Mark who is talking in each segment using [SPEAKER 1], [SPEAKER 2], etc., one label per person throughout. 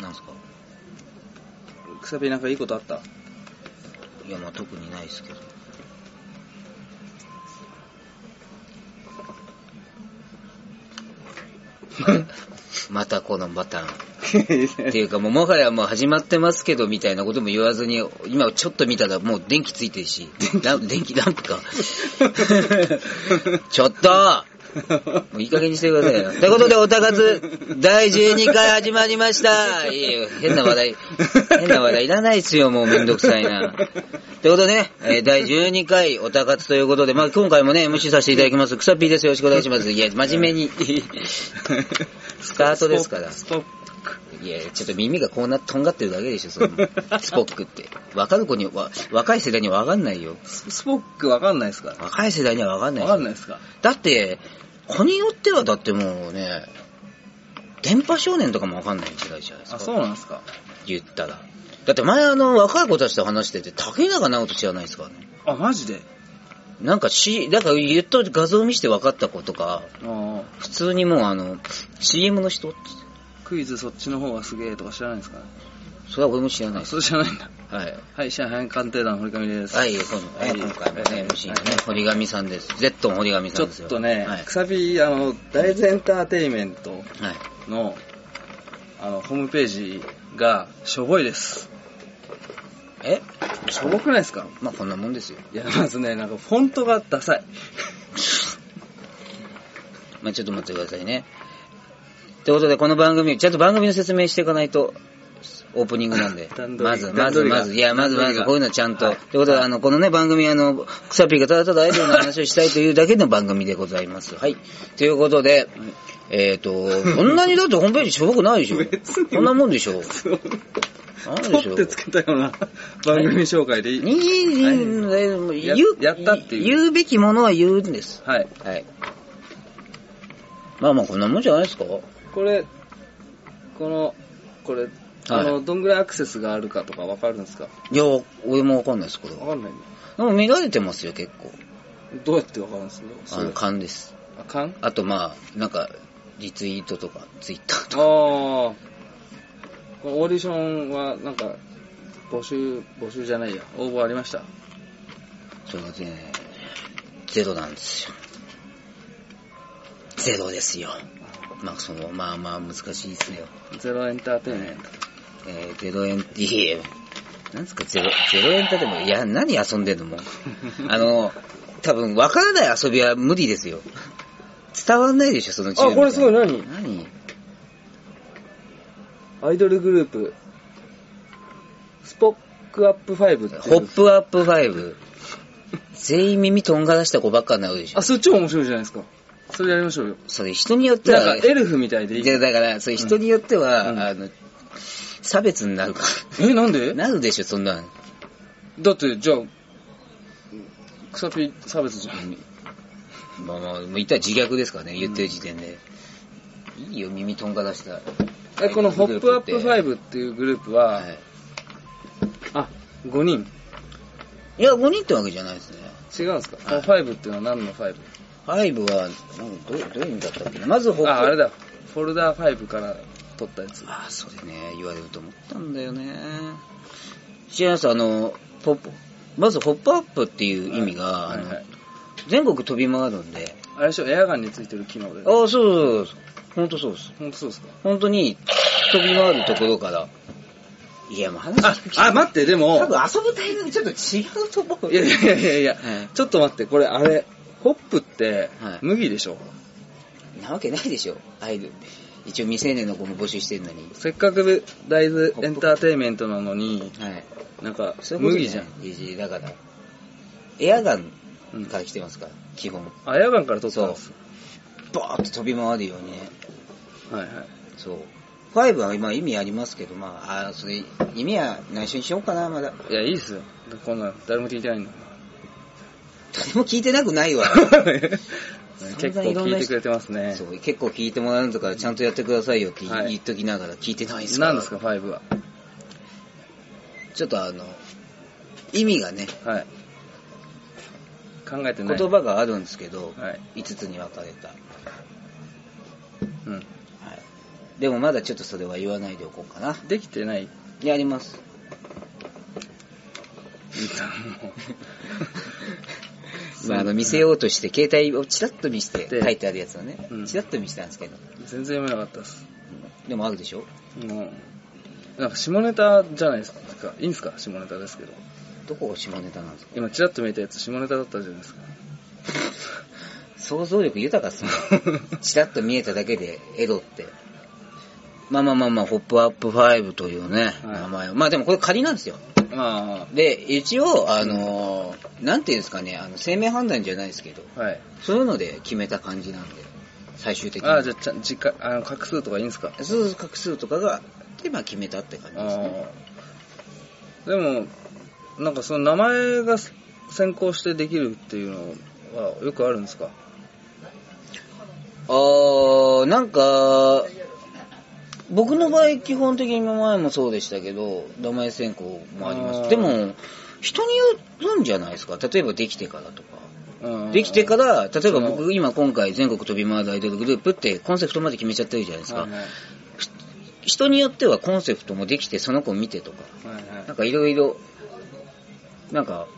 [SPEAKER 1] なんすか
[SPEAKER 2] くさびなんかいいことあった
[SPEAKER 1] いやまあ特にないですけど またこのパターンっていうかもうもはやもう始まってますけどみたいなことも言わずに今ちょっと見たらもう電気ついてるし ラ電気ランプかちょっともういい加減にしてください よ。ということで、おたかつ、第12回始まりました。いいよ変な話題、変な話題いらないですよ、もうめんどくさいな。ということで ね、えー第12回おたかつということで、まあ今回もね、MC させていただきます。草ピーです。よろしくお願いします。いや、真面目に。スタートですから。
[SPEAKER 2] ストッ
[SPEAKER 1] いや、ちょっと耳がこうな、とんがってるだけでしょ、それもスポックって。わかる子にわ、若い世代にはわかんないよ。
[SPEAKER 2] ススポックわかんないですか
[SPEAKER 1] 若い世代にはわかんないでし
[SPEAKER 2] わか
[SPEAKER 1] ょ
[SPEAKER 2] んないですか
[SPEAKER 1] だって、子によってはだってもうね、電波少年とかもわかんない時代じゃないですか。
[SPEAKER 2] あ、そうなんですか
[SPEAKER 1] 言ったら。だって前あの、若い子たちと話してて、竹中直人知らないですからね。
[SPEAKER 2] あ、マジで
[SPEAKER 1] なんかし、だから言った画像見せて分かった子とか、
[SPEAKER 2] あ
[SPEAKER 1] 普通にもうあの、CM の人って
[SPEAKER 2] ークイズそっちの方がすげえとか知らないですか
[SPEAKER 1] それは俺も知らない
[SPEAKER 2] あ、
[SPEAKER 1] です。
[SPEAKER 2] そうじゃないんだ。
[SPEAKER 1] はい。
[SPEAKER 2] はい、上海鑑定団、堀上です。
[SPEAKER 1] はい、この、
[SPEAKER 2] はい
[SPEAKER 1] 今回も
[SPEAKER 2] は
[SPEAKER 1] ね、
[SPEAKER 2] い
[SPEAKER 1] MC のね、堀上さんです。ゼットン堀上
[SPEAKER 2] ち
[SPEAKER 1] さん
[SPEAKER 2] ょっ
[SPEAKER 1] ですよ。
[SPEAKER 2] とね、
[SPEAKER 1] はい。
[SPEAKER 2] くさび、あの、大豆エンターテイメント
[SPEAKER 1] はい、
[SPEAKER 2] の、あの、ホームページが、しょぼいです。
[SPEAKER 1] え
[SPEAKER 2] しょぼくないですか
[SPEAKER 1] まあこんなもんですよ。
[SPEAKER 2] いや、まずね、なんか、フォントがダサい。。
[SPEAKER 1] まあ、ちょっと待ってくださいね。ということで、この番組、ちゃんと番組の説明していかないと、オープニングなんで
[SPEAKER 2] 段取り
[SPEAKER 1] まず、ま
[SPEAKER 2] 段
[SPEAKER 1] ず、
[SPEAKER 2] 取りが
[SPEAKER 1] まず、いや、まず、ま
[SPEAKER 2] 段取り
[SPEAKER 1] ず、
[SPEAKER 2] が
[SPEAKER 1] こういうのちゃんと。
[SPEAKER 2] はい
[SPEAKER 1] ということで、あの、このね、番組、あの、草ピーがただただアイドルの話をしたいというだけの番組でございます。はい。ということで、え っ、と、そんなにだってホームページしょぼくないでし
[SPEAKER 2] 別に
[SPEAKER 1] ょ。こんなもんでしょ。
[SPEAKER 2] そう。
[SPEAKER 1] なんでし
[SPEAKER 2] 取
[SPEAKER 1] ょ
[SPEAKER 2] ってつけたような番組紹介でいい、
[SPEAKER 1] にに
[SPEAKER 2] や
[SPEAKER 1] 言う、
[SPEAKER 2] やったっていう
[SPEAKER 1] 言うべきものは言うんです。
[SPEAKER 2] はい。
[SPEAKER 1] はい。まあまあ、こんなもんじゃないですか
[SPEAKER 2] これ、この、これ、あの、
[SPEAKER 1] は
[SPEAKER 2] どんぐらいアクセスがあるかとかわかるんですか
[SPEAKER 1] いや、俺もわかんないです、これは。
[SPEAKER 2] わかんないね
[SPEAKER 1] でも見られてますよ、結構。
[SPEAKER 2] どうやってわかるんですかそ
[SPEAKER 1] あの、
[SPEAKER 2] れ。
[SPEAKER 1] 勘です。
[SPEAKER 2] あかん
[SPEAKER 1] あと、まあ、なんか、リツイートとか、ツイッター
[SPEAKER 2] あ
[SPEAKER 1] と
[SPEAKER 2] ー
[SPEAKER 1] か。
[SPEAKER 2] このオーディションは、なんか、募集、募集じゃないや。応募ありました。
[SPEAKER 1] そうですね。ゼロなんですよ。ゼロですよ。まあ、その、まあまあ、難しいですよ。
[SPEAKER 2] ゼロエンターテインメン
[SPEAKER 1] えー、ゼロ円、いえ、なんですか、ゼロ、ゼロ円だっても、いや、何遊んでんのもう。 あの、多分、わからない遊びは無理ですよ。伝わんないでしょ、その
[SPEAKER 2] ト。あ、これすごい
[SPEAKER 1] な
[SPEAKER 2] 何
[SPEAKER 1] 何
[SPEAKER 2] アイドルグループ、スポックアップ5ってい
[SPEAKER 1] ホ
[SPEAKER 2] う。
[SPEAKER 1] ップアップ5。全員耳とんがらした子ばっかになるでしょ
[SPEAKER 2] あ、。そっちも面白いじゃないですか。それやりましょうよ。
[SPEAKER 1] それ人によっては、
[SPEAKER 2] なんか、エルフみたいでいい。
[SPEAKER 1] でだから、それ人によっては、
[SPEAKER 2] うん
[SPEAKER 1] あの、差別になるか
[SPEAKER 2] え、なん
[SPEAKER 1] ら。
[SPEAKER 2] で
[SPEAKER 1] なるでしょ、そんなん。
[SPEAKER 2] だって、じゃあ、草ピ差別じゃん。
[SPEAKER 1] まあまあ、もう言ったら自虐ですからね、言ってる時点で。いいよ、耳とんがらした。
[SPEAKER 2] え、このホップアップ
[SPEAKER 1] はい
[SPEAKER 2] 5っていうグループは、あ、5人。
[SPEAKER 1] いや、5人ってわけじゃないですね。
[SPEAKER 2] 違うんですか、
[SPEAKER 1] はい
[SPEAKER 2] この5っていうのは何の5
[SPEAKER 1] 5は、なんかどうどういう意味だったっけな。まずホップ。
[SPEAKER 2] あ、あれだ。フォルダー5から取ったやつ。
[SPEAKER 1] ああ、それね、言われると思ったんだよね。違います、あの、ポップ、まず、ホップアップっていう意味が、
[SPEAKER 2] はい
[SPEAKER 1] あ
[SPEAKER 2] は
[SPEAKER 1] の
[SPEAKER 2] い、
[SPEAKER 1] 全国飛び回るんで、
[SPEAKER 2] あれでしょ、エアガンについてる機能で。
[SPEAKER 1] ああ、そうそうそう、本当そうです。
[SPEAKER 2] ほんとそうですか
[SPEAKER 1] 本当に、飛び回るところから、いや、もう話
[SPEAKER 2] あ
[SPEAKER 1] 聞、き
[SPEAKER 2] あ、待って、でも、
[SPEAKER 1] 多分遊ぶタイミングちょっと違うと思う。
[SPEAKER 2] いやいやいやいや、
[SPEAKER 1] うん
[SPEAKER 2] ちょっと待って、これあれ、ホップって
[SPEAKER 1] はい
[SPEAKER 2] 麦でしょ、
[SPEAKER 1] なわけないでしょ、アイドル。一応未成年の子も募集してんのに。
[SPEAKER 2] せっかく大豆エンターテインメントなのに、
[SPEAKER 1] はい。
[SPEAKER 2] なんか
[SPEAKER 1] そういうこと
[SPEAKER 2] 麦
[SPEAKER 1] じ
[SPEAKER 2] じゃ
[SPEAKER 1] ゃ
[SPEAKER 2] ん。
[SPEAKER 1] ん。いじだから、エアガン
[SPEAKER 2] うん
[SPEAKER 1] から来てますから、基本。
[SPEAKER 2] あ、エアガンから取ったんです。
[SPEAKER 1] バーッと飛び回るようにね。
[SPEAKER 2] はいはい。
[SPEAKER 1] そう。5は今意味ありますけど、まあ、あーそれ、意味は内緒にしようかな、まだ。
[SPEAKER 2] いや、いいっすよ。こんなの誰も聞いてないんだか
[SPEAKER 1] 誰も聞いてなくないわ。
[SPEAKER 2] ら
[SPEAKER 1] 散
[SPEAKER 2] 結構
[SPEAKER 1] 々いろん
[SPEAKER 2] 聞
[SPEAKER 1] ない人
[SPEAKER 2] てくれてますね
[SPEAKER 1] そ。う結構聞いてもらうんだから、ちゃんとやってくださいよって言,、
[SPEAKER 2] はい
[SPEAKER 1] っときながら聞いてないですから。
[SPEAKER 2] 何ですか、ファイブは。
[SPEAKER 1] ちょっとあの、意味がね、
[SPEAKER 2] はい。考えてない。
[SPEAKER 1] 言葉があるんですけど、
[SPEAKER 2] はい。
[SPEAKER 1] 5つに分かれた。はい。
[SPEAKER 2] うん。
[SPEAKER 1] でもまだちょっとそれは言わないでおこうかな。
[SPEAKER 2] できてない
[SPEAKER 1] やります。
[SPEAKER 2] も
[SPEAKER 1] まあ、あの、見せようとして、携帯をチラッと見せて
[SPEAKER 2] で
[SPEAKER 1] 書いてあるやつをね
[SPEAKER 2] う、ん
[SPEAKER 1] チラッと見せたんですけど。
[SPEAKER 2] う 全然読めなかったです
[SPEAKER 1] でもあるでしょ
[SPEAKER 2] もうなんか下ネタじゃないですかいいんですか下ネタですけど
[SPEAKER 1] どこが下ネタなんですか
[SPEAKER 2] 今チラッと見えたやつ下ネタだったじゃないですか
[SPEAKER 1] 想像力豊かっすね。 チラッと見えただけで、エロって。まあまあまあまあ、ホップアップ5というね、
[SPEAKER 2] はい
[SPEAKER 1] 名前を。まあでもこれ仮なんですよ。
[SPEAKER 2] ま
[SPEAKER 1] で、一応、あのーなんていうんですかね、あの、生命判断じゃないですけど、
[SPEAKER 2] あはい
[SPEAKER 1] そういうので決めた感じなんで、最終的に。
[SPEAKER 2] ああじゃあちゃん時間あの画数とかいいんですか
[SPEAKER 1] そうそう、画数とかが、で、まあ決めたって感じですね。
[SPEAKER 2] ああでもなんかその名前が先行してできるっていうのはよくあるんですか
[SPEAKER 1] あー、なんか、僕の場合基本的に前もそうでしたけど、名前選考もありま
[SPEAKER 2] あ
[SPEAKER 1] す。
[SPEAKER 2] ー
[SPEAKER 1] でも、人によるんじゃないですか。例えばできてからとか。
[SPEAKER 2] うん
[SPEAKER 1] できてから、例えば
[SPEAKER 2] そ
[SPEAKER 1] 僕今今回全国飛び回るアイドルグループってコンセプトまで決めちゃってるじゃないです
[SPEAKER 2] は
[SPEAKER 1] か
[SPEAKER 2] い。はい
[SPEAKER 1] 人によってはコンセプトもできてその子見てとか。
[SPEAKER 2] はいはい
[SPEAKER 1] なんかいろいろ、なんか、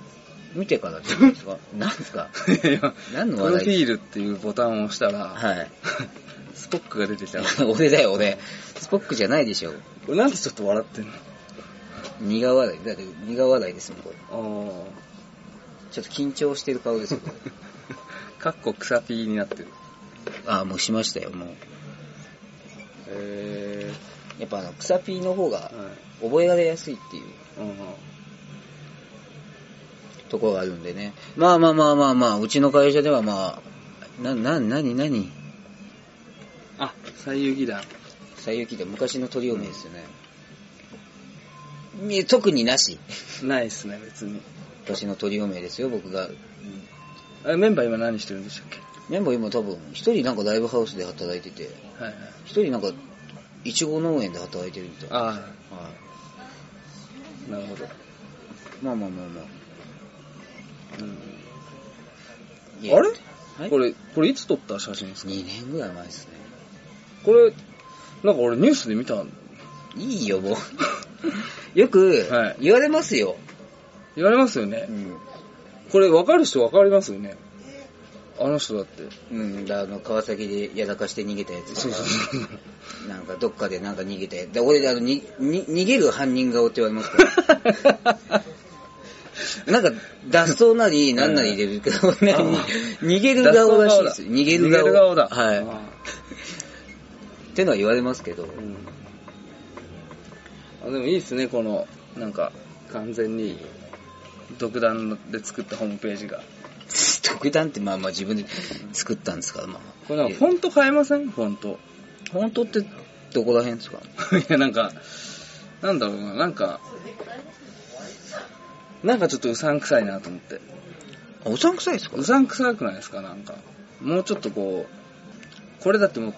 [SPEAKER 1] 見てからじゃないです か。なんですか
[SPEAKER 2] いやいや
[SPEAKER 1] 何の
[SPEAKER 2] プロ
[SPEAKER 1] 話
[SPEAKER 2] フ
[SPEAKER 1] 題
[SPEAKER 2] ィールっていうボタンを押したら、
[SPEAKER 1] はい。
[SPEAKER 2] スポックが出てきたら、
[SPEAKER 1] 俺だよ、俺。スポックじゃないでしょ。
[SPEAKER 2] 俺なんでちょっと笑ってんの
[SPEAKER 1] 苦笑い。だって苦笑いですもん、これ。
[SPEAKER 2] お
[SPEAKER 1] ちょっと緊張してる顔ですよ。これ
[SPEAKER 2] ー、かっこ草ピーになってる。
[SPEAKER 1] ああ、もうしましたよ、もう。
[SPEAKER 2] え
[SPEAKER 1] やっぱあの、草ピーの方が
[SPEAKER 2] ー、はい。
[SPEAKER 1] 覚えられやすいっていう
[SPEAKER 2] うん
[SPEAKER 1] ところがあるんでね。まあまあまあまあまあ、うちの会社ではまあ、な、な、なになに
[SPEAKER 2] あ、最遊戯団。
[SPEAKER 1] 最きで昔の鳥嫁ですよね。ね特になし。
[SPEAKER 2] ないっすね、別に。
[SPEAKER 1] 昔の鳥嫁ですよ、僕が。
[SPEAKER 2] あメンバー今何してるんでしたっ
[SPEAKER 1] メンバー今多分、一人なんかライブハウスで働いてて、
[SPEAKER 2] けはいはい。
[SPEAKER 1] 一人なんか、いちご農園で働いてるみたいな。は
[SPEAKER 2] あ
[SPEAKER 1] い
[SPEAKER 2] あ、なるほど。
[SPEAKER 1] まあまあまあまあ。
[SPEAKER 2] うん、
[SPEAKER 1] いや
[SPEAKER 2] あれ
[SPEAKER 1] はい
[SPEAKER 2] これ、これいつ撮った写真ですか
[SPEAKER 1] ?2 年ぐらい前ですね。
[SPEAKER 2] これ、なんか俺ニュースで見た
[SPEAKER 1] いいよ、も う。よく
[SPEAKER 2] はい、
[SPEAKER 1] 言われますよ。
[SPEAKER 2] 言われますよね
[SPEAKER 1] う。ん。
[SPEAKER 2] これ分かる人分かりますよね。あの人だって。
[SPEAKER 1] うん、だあの、川崎でやらかして逃げたやつとか
[SPEAKER 2] そうそう そう。
[SPEAKER 1] なんかどっかでなんか逃げたやつ。で俺、あの、に、に、逃げる犯人顔って言われます から。なんか、脱走なり、なんなり入れるけど、ね、逃げる顔らしいですよ。逃げる
[SPEAKER 2] 逃
[SPEAKER 1] 顔。
[SPEAKER 2] げる顔だ。
[SPEAKER 1] はい。
[SPEAKER 2] あ
[SPEAKER 1] ってのは言われますけど。
[SPEAKER 2] ーうんあでもいいですね、この、なんか、完全に、独断で作ったホームページが。
[SPEAKER 1] 特段ってまあまあ自分で作ったんですから、まあ。
[SPEAKER 2] これなんかフォント変えませんフォン ト。
[SPEAKER 1] 本当ってどこら辺ですか
[SPEAKER 2] いや、なんか、なんだろうな、なんか、なんかちょっとうさんくさいなと思って。
[SPEAKER 1] あおさんくさいですか
[SPEAKER 2] うさんくさくないですかなんか。もうちょっとこう、これだってもう、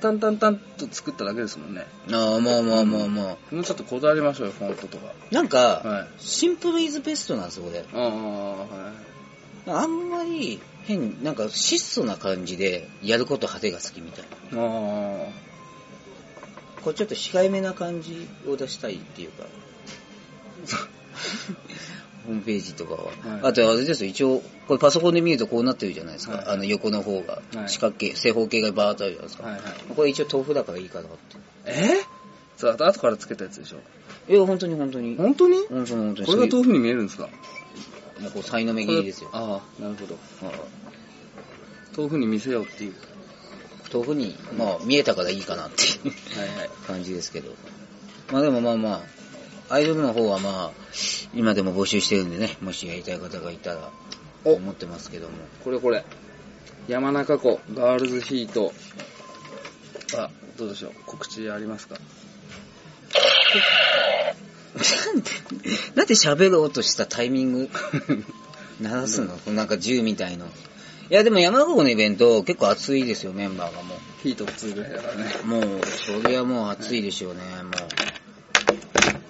[SPEAKER 2] 淡々淡々と作っただけですもんね。
[SPEAKER 1] ああ、まあまあまあまあ。
[SPEAKER 2] もうちょっとこだわりましょうよ、フォントとか。
[SPEAKER 1] なんか、
[SPEAKER 2] はい。
[SPEAKER 1] シンプルイズベストなんですよ、これ。
[SPEAKER 2] ああ、はい。
[SPEAKER 1] あんまり変、なんか質素な感じでやること果てが好きみたいな。
[SPEAKER 2] あ
[SPEAKER 1] こうちょっと控えめな感じを出したいっていうか。 ホームページとかは。
[SPEAKER 2] はい
[SPEAKER 1] あとあれですよ、一応、これパソコンで見るとこうなってるじゃないですか。
[SPEAKER 2] はい
[SPEAKER 1] あの横の方が、
[SPEAKER 2] はい
[SPEAKER 1] 四角形、正方形がバーッとあるじゃないです
[SPEAKER 2] あ、
[SPEAKER 1] か。
[SPEAKER 2] はいはい。
[SPEAKER 1] これ一応豆腐だからいいかなって。
[SPEAKER 2] えそう、あと後からつけたやつでしょ。
[SPEAKER 1] いや、本当に本当に。
[SPEAKER 2] 本当に
[SPEAKER 1] 本当に本当に。
[SPEAKER 2] これが
[SPEAKER 1] そう
[SPEAKER 2] 豆腐に見えるんですか
[SPEAKER 1] いうもうこう、才の目切りですよ
[SPEAKER 2] こ。れああ、なるほど。
[SPEAKER 1] はい
[SPEAKER 2] 豆腐に見せようっていう。
[SPEAKER 1] 豆腐に、まあ、見えたからいいかなっていう
[SPEAKER 2] はいはい。
[SPEAKER 1] 感じですけど。まあでもまあまあ、アイドルの方はまあ、今でも募集してるんでね、もしやりたい方がいたら、
[SPEAKER 2] お
[SPEAKER 1] 思ってますけども。
[SPEAKER 2] これこれ。山中湖ガールズヒート。あ、どうでしょう。告知あります か
[SPEAKER 1] なんで、なんで喋ろうとしたタイミング、鳴らすの、なんか銃みたいの。いやでも山中湖のイベント結構熱いですよ、メンバーがも
[SPEAKER 2] ヒート2ぐらいだからね。
[SPEAKER 1] う。もう、それはもう熱いでしょうね、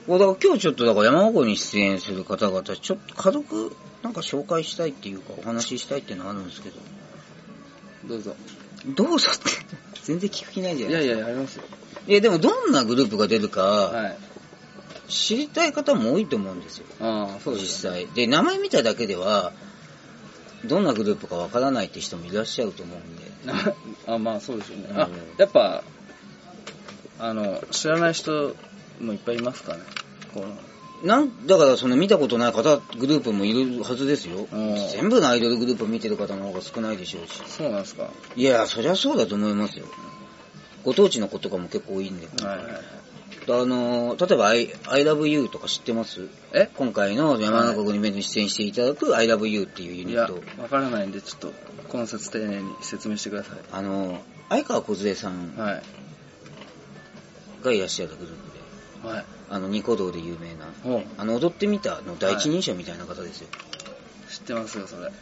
[SPEAKER 1] もう。もうだから今日ちょっとだから山中湖に出演する方々、ちょっと軽くなんか紹介したいっていうかお話ししたいっていうのがあるんですけど。
[SPEAKER 2] どうぞ。
[SPEAKER 1] どうぞって。全然聞く気ないじゃん。
[SPEAKER 2] いやいやいや、ありますよ。
[SPEAKER 1] いやでもどんなグループが出るか、
[SPEAKER 2] はい。
[SPEAKER 1] 知りたい方も多いと思うんですよ。
[SPEAKER 2] ああ、そうです
[SPEAKER 1] 実
[SPEAKER 2] よね。
[SPEAKER 1] 際。で、名前見ただけでは、どんなグループかわからないって人もいらっしゃると思うんで。
[SPEAKER 2] あ、まあそうですよね。
[SPEAKER 1] う
[SPEAKER 2] あ
[SPEAKER 1] ん、
[SPEAKER 2] やっぱ、あの、知らない人もいっぱいいますかね。この
[SPEAKER 1] なん、だからその見たことない方、グループもいるはずですよ
[SPEAKER 2] うん。
[SPEAKER 1] 全部のアイドルグループ見てる方の方が少ないでしょうし。
[SPEAKER 2] そうなんですか。はい
[SPEAKER 1] や、そりゃそうだと思いますよ。ご当地の子とかも結構多いんで。
[SPEAKER 2] いはいはい。
[SPEAKER 1] あのー例えば I, I love you とか知ってます
[SPEAKER 2] え
[SPEAKER 1] 今回の山中湖に目に出演していただく I love you っていうユ
[SPEAKER 2] い
[SPEAKER 1] ニッ
[SPEAKER 2] や
[SPEAKER 1] ト。、
[SPEAKER 2] わからないんで、ちょっと、今節丁寧に説明してください。
[SPEAKER 1] あのー相川梢さん
[SPEAKER 2] はい。
[SPEAKER 1] がいらっしゃるグループで、
[SPEAKER 2] はい。
[SPEAKER 1] あの、ニコ動で有名な、
[SPEAKER 2] ほう。
[SPEAKER 1] あの、踊ってみたの第一人者みたいな方ですよ。
[SPEAKER 2] 知ってますよ、それ。
[SPEAKER 1] どっ